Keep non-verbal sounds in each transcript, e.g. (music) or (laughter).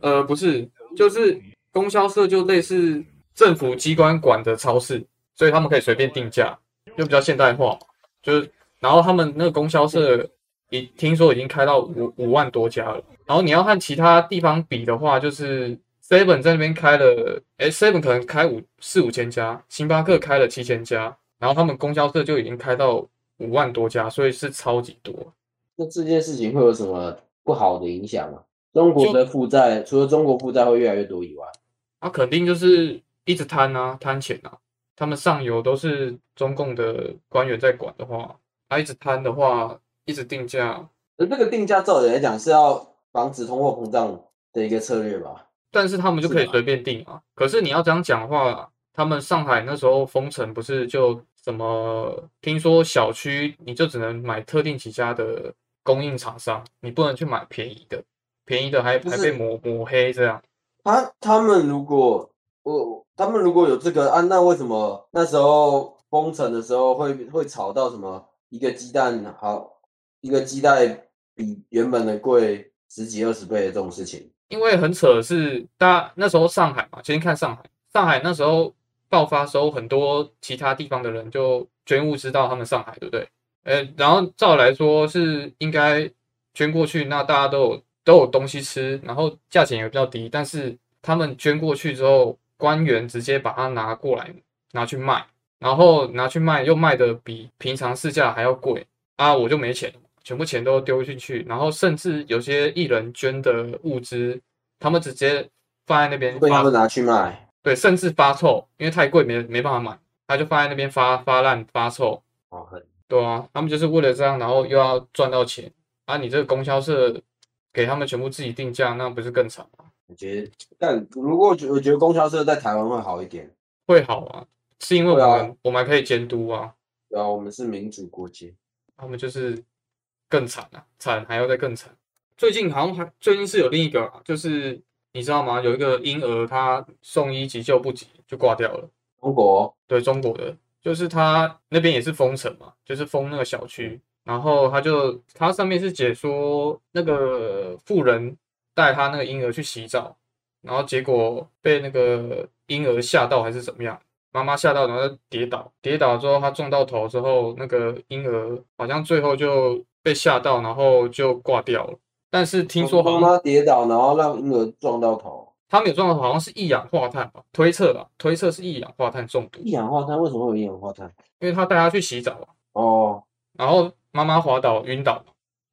呃，不是，就是供销社就类似政府机关管的超市，所以他们可以随便定价，就比较现代化嘛。就是，然后他们那个供销社已听说已经开到五五万多家了。然后你要和其他地方比的话，就是 Seven 在那边开了，诶 s e v e n 可能开五四五千家，星巴克开了七千家，然后他们供销社就已经开到五万多家，所以是超级多。那这件事情会有什么不好的影响吗？中国的负债，除了中国负债会越来越多以外，他、肯定就是一直贪啊，贪钱啊。他们上游都是中共的官员在管的话，他、一直贪的话，一直定价。而这个定价照理来讲是要防止通货膨胀的一个策略吧？但是他们就是可以吧随便定啊。可是你要这样讲的话，他们上海那时候封城不是就什么？听说小区你就只能买特定几家的供应厂商，你不能去买便宜的，便宜的还不还是被抹抹黑这样。他他们如果我他们如果有这个啊，那为什么那时候封城的时候会会炒到什么一个鸡蛋好一个鸡蛋比原本的贵十几二十倍的这种事情？因为很扯的是，大家那时候上海嘛，先看上海，上海那时候爆发的时候，很多其他地方的人就捐物资到他们上海，对不对？呃，然后照来说是应该捐过去，那大家都有都有东西吃，然后价钱也比较低。但是他们捐过去之后，官员直接把它拿过来拿去卖，然后拿去卖又卖的比平常市价还要贵啊，我就没钱了全部钱都丢进去，然后甚至有些艺人捐的物资，他们直接放在那边被他发们拿去卖，对，甚至发臭，因为太贵没没办法买，他就放在那边发发烂发臭。哦，很对啊，他们就是为了这样，然后又要赚到钱啊！你这个供销社给他们全部自己定价，那不是更惨吗？我觉得，但如果我觉我觉得供销社在台湾会好一点，会好啊，是因为我对啊们、我们还可以监督啊，对啊，我们是民主国家，他们就是更惨啊，惨还要再更惨。最近好像还最近是有另一个、啊，就是你知道吗？有一个婴儿他送医急救不及就挂掉了。中国对中国的，就是他那边也是封城嘛，就是封那个小嗯区，然后他就他上面是解说那个富人带他那个婴儿去洗澡，然后结果被那个婴儿吓到还是怎么样，妈妈吓到然后就跌倒，跌倒之后他撞到头之后，那个婴儿好像最后就被吓到，然后就挂掉了。但是听说好哦妈像妈跌倒，然后让婴儿撞到头，他们有撞到，好像是一氧化碳吧，推测啊，推测是一氧化碳中毒，一氧化碳为什么会有一氧化碳？因为他带他去洗澡啊。哦，然后妈妈滑倒晕倒，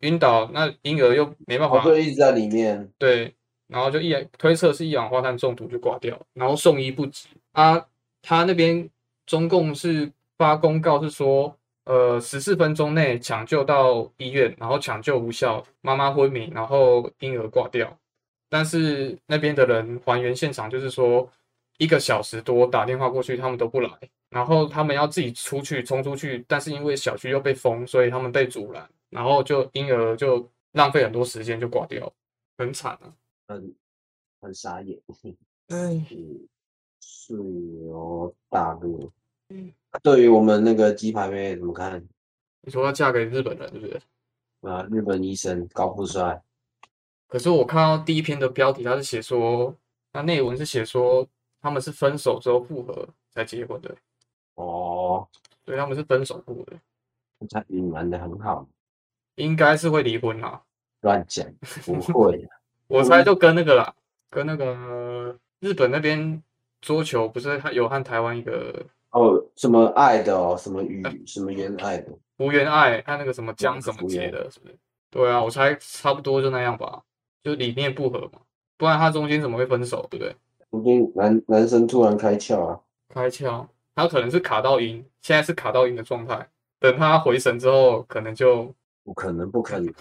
晕倒那婴儿又没办法、哦，对，一直在里面，对，然后就一推测是一氧化碳中毒就挂掉，然后送医不及啊。他那边中共是发公告是说，呃，十四分钟内抢救到医院，然后抢救无效，妈妈昏迷，然后婴儿挂掉。但是那边的人还原现场，就是说一个小时多打电话过去，他们都不来，然后他们要自己出去冲出去，但是因为小区又被封，所以他们被阻拦，然后就婴儿就浪费很多时间就挂掉，很惨啊。很很傻眼。哎，嗯，是哦，大陆。对于我们那个鸡排妹怎么看？你说要嫁给日本人，对不对？啊，日本医生高富帅，可是我看到第一篇的标题，他是写说，那内文是写说他们是分手之后复合才结婚的，哦，对，他们是分手复合，他隐瞒的很好，应该是会离婚啦。乱讲，不会啊，我猜就跟那个啦，跟那个日本那边桌球不是有和台湾一个哦，什么爱的哦，什么与什么原爱的，福原爱和那个什么江嗯什么福杰原的，是不是？对啊，我猜差不多就那样吧，就理念不合嘛，不然他中间怎么会分手，对不对？说不定男男生突然开窍啊，开窍，他可能是卡到赢，现在是卡到赢的状态，等他回神之后，可能就不可能，不可能，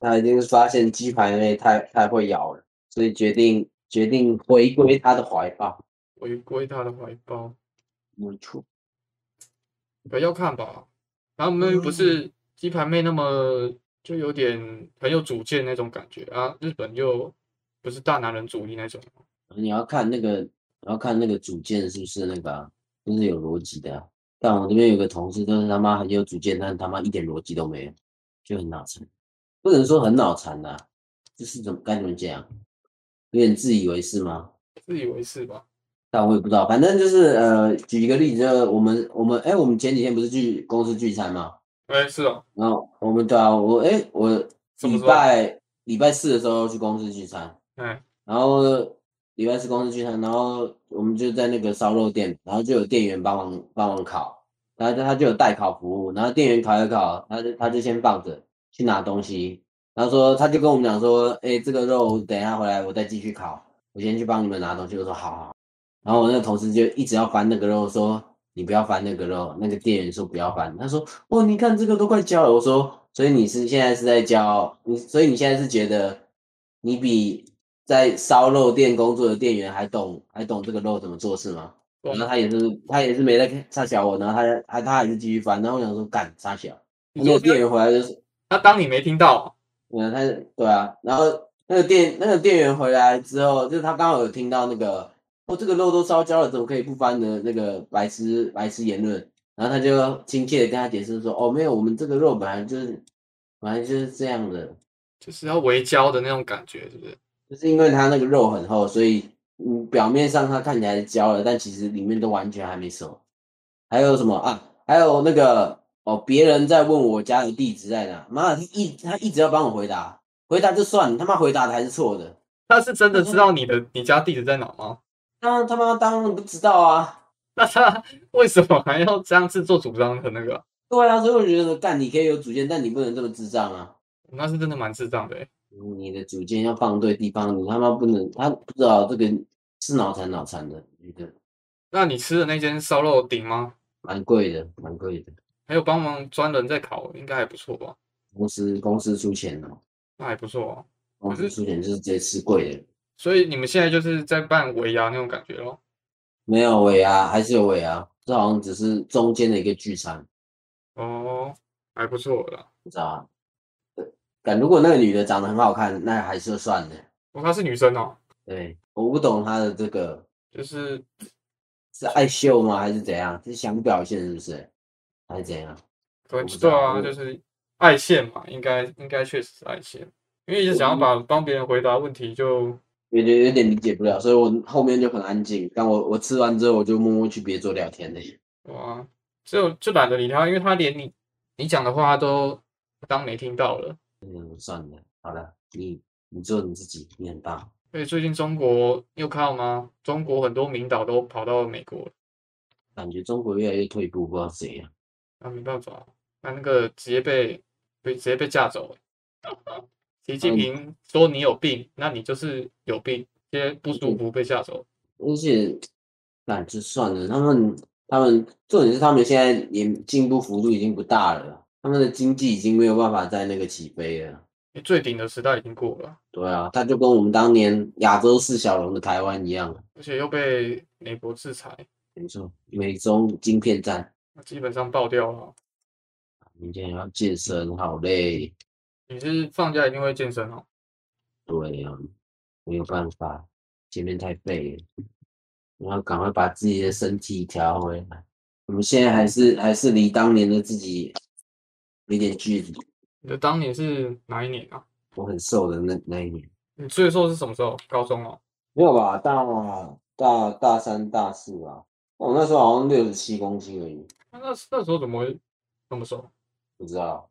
他一定是发现鸡排妹太太会咬了，所以决定决定回归他的怀抱。回归他的怀抱。没错，可要看吧，然后我们不是鸡排妹那么就有点很有主见那种感觉啊，日本就不是大男人主义那种，你要看那个，你要看那个组件是不是那个啊、就是有逻辑的啊、但我这边有个同事，就是他妈很有主见，但他妈一点逻辑都没有，就很脑残。不能说很脑残呐、就是怎么该怎么讲，有点自以为是吗？自以为是吧？但我也不知道，反正就是呃，举一个例子，就是我们我们哎，我们前几天不是去公司聚餐吗？哎，是哦，然后我们对啊，我哎我什么礼时候拜礼拜四的时候去公司聚餐，哎，然后礼拜四公司聚餐，然后我们就在那个烧肉店，然后就有店员帮忙帮忙烤，然后他就有代烤服务，然后店员烤一烤，他就他就先放着去拿东西，然后说他就跟我们讲说，哎、这个肉等一下回来我再继续烤，我先去帮你们拿东西，我说好好，好然后我那个同事就一直要翻那个肉，说你不要翻那个肉，那个店员说不要翻，他说哦你看这个都快焦了，我说所以你是现在是在教你，所以你现在是觉得你比在烧肉店工作的店员还懂还懂这个肉怎么做事吗？懂然后他也是他也是没在看差小我，然后他还他还是继续翻，然后我想说干差小，你那说个店员回来就是他当你没听到哦，嗯，他是对啊，然后那个店那个店员回来之后，就是他刚好有听到那个，哦，这个肉都烧焦了，怎么可以不翻的那个白痴白痴言论，然后他就亲切的跟他解释说，哦，没有，我们这个肉本来就是本来就是这样的，就是要围焦的那种感觉，是不是？就是因为它那个肉很厚，所以嗯，表面上它看起来是焦了，但其实里面都完全还没熟。还有什么啊？还有那个哦，别人在问我家的地址在哪，妈的，他一他一直要帮我回答，回答就算了，他妈回答的还是错的，他是真的知道你的你家地址在哪吗？ (laughs) 当他妈当然不知道啊。那他为什么还要这样自作主张的那个啊？对啊，所以我觉得干，你可以有主见，但你不能这么智障啊！那是真的蛮智障的欸，你的主见要放对地方，你他妈不能，他不知道这个是脑残脑残的，我觉得那你吃的那间烧肉顶吗？蛮贵的，蛮贵的，还有帮忙专人在烤，应该还不错吧？公司公司出钱哦、那还不错哦。公可是司出钱就是直接吃贵的，所以你们现在就是在办尾牙那种感觉咯。没有尾牙，还是有尾牙，这好像只是中间的一个聚餐，哦，还不错啦。不知道啊。敢如果那个女的长得很好看，那还是就算了。哦，她是女生哦，对，我不懂她的这个就是是爱秀吗，还是怎样？是想表现是不是？还是怎样？可能我不知对道啊，我就是爱线嘛，应该应该确实是爱线，因为一直想要把帮别人回答问题就有点有点理解不了，所以我后面就很安静。但我我吃完之后，我就默默去别桌聊天了。哇，就啊就懒得理他，因为他连你你讲的话都当没听到了。嗯，算了，好了，你你做你自己，你很棒。所以最近中国你有看到吗？中国很多名导都跑到美国了，感觉中国越来越退步，不知道谁啊呀、那、啊没办法，那那个直接被被直接被架走了。习近嗯平说你有病，那你就是有病，直接嗯不舒服被架走。而且，感就算了，他们他们重点是他们现在也进步幅度已经不大了，他们的经济已经没有办法再那个起飞了。你最顶的时代已经过了，对啊，他就跟我们当年亚洲四小龙的台湾一样，而且又被美国制裁，没错，美中晶片战，那基本上爆掉了。明天还要健身，好累。你是放假一定会健身哦？对啊，没有办法，前面太废了，我要赶快把自己的身体调回来。我们现在还是还是离当年的自己有点距离。你的当年是哪一年啊？我很瘦的那那一年，你最瘦是什么时候？高中哦，没有吧？大大大三大四吧，我那时候好像六十七公斤而已，那啊那那时候怎么会那么瘦？不知道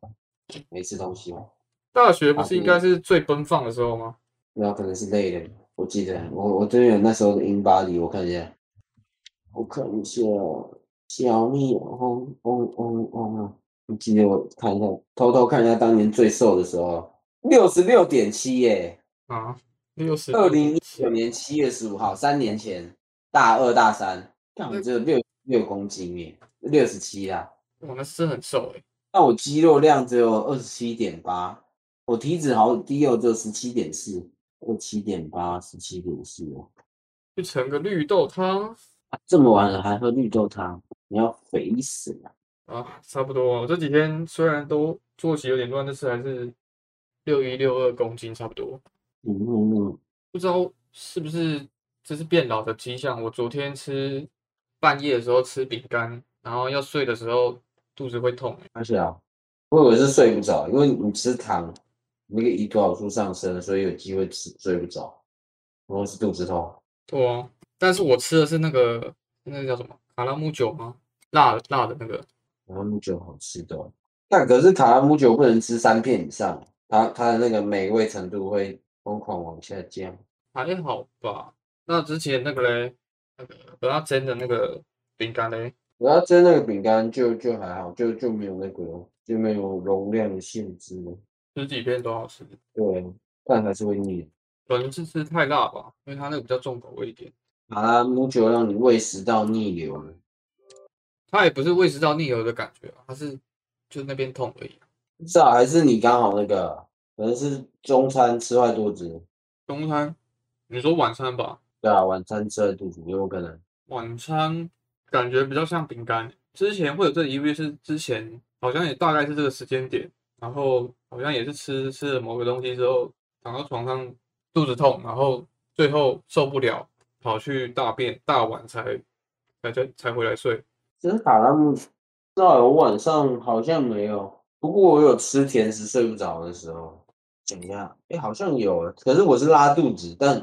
没吃东西嘛，大学不啊是应对该是最奔放的时候吗？没有可能是累了。我记得我我这边有那时候的 in body，我看一下，我看一下小蜜嗡嗡嗡嗡啊，我记得我看一下，偷偷看一下当年最瘦的时候，啊六十六点七耶，啊，六十二零一九年七月十五号，三年前，大二大三，但我只有六六公斤耶，六十七啦。我那是很瘦欸诶、但我肌肉量只有二十七点八，我体脂好低哦，只有十七点四，二七点八，十七点四哦。去盛个绿豆汤啊这么晚了还喝绿豆汤，你要肥死啊！啊，差不多、哦。我这几天虽然都作息有点乱，但是还是六一六二公斤差不多。嗯嗯嗯，不知道是不是这是变老的迹象。我昨天吃半夜的时候吃饼干，然后要睡的时候肚子会痛、欸。而且啊，我以为是睡不着，因为你吃糖，那个胰岛素上升，所以有机会吃睡不着。我是肚子痛。对啊，但是我吃的是那个那个叫什么卡拉木酒吗？辣辣的那个，卡拉姆酒好吃的哦，但可是卡拉姆酒不能吃三片以上，它它的那个美味程度会疯狂往下降。还好吧？那之前那个嘞，那个不要煎的那个饼干嘞，我要蒸那个饼干就就还好，就就没有那个就没有容量的限制了。十几片都好吃，对，但还是会腻。可能是吃太辣吧，因为它那个比较重口味一点。卡拉姆酒让你胃食道逆流了，它也不是胃食道逆流的感觉啊，它是就那边痛而已啊。不知道还是你刚好那个，可能是中餐吃坏肚子，中餐，你说晚餐吧，对啊，晚餐吃坏肚子也有可能。晚餐感觉比较像饼干。之前会有这个疑虑是之前好像也大概是这个时间点，然后好像也是吃吃了某个东西之后，躺到床上肚子痛，然后最后受不了跑去大便大碗才才才才回来睡。其实卡拉姆，不知道我晚上好像没有，不过我有吃甜食睡不着的时候。等一下，哎，好像有，可是我是拉肚子，但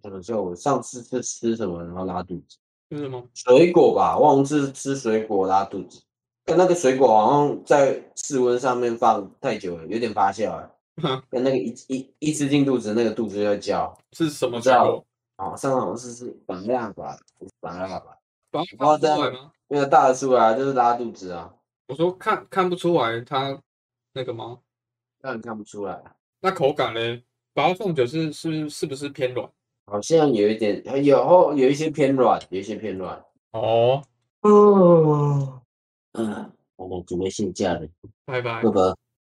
怎么说？我上次是吃什么然后拉肚子？就是吗？水果吧，忘记是吃水果拉肚子。但那个水果好像在室温上面放太久了，有点发酵了。跟那个一一一吃进肚子，那个肚子就在叫。是什么不水知道果？好像好像是是白蜡吧，不是白蜡吧？把然它看不后出再来吗？没有大的出来，就是拉肚子啊，我说看看不出来它那个吗？当然看不出来。那口感嘞？把它放久是是是不是偏软？好像有一点，有后有一些偏软，有一些偏软。哦，哦，嗯，我们准备睡觉了，拜拜拜。拜。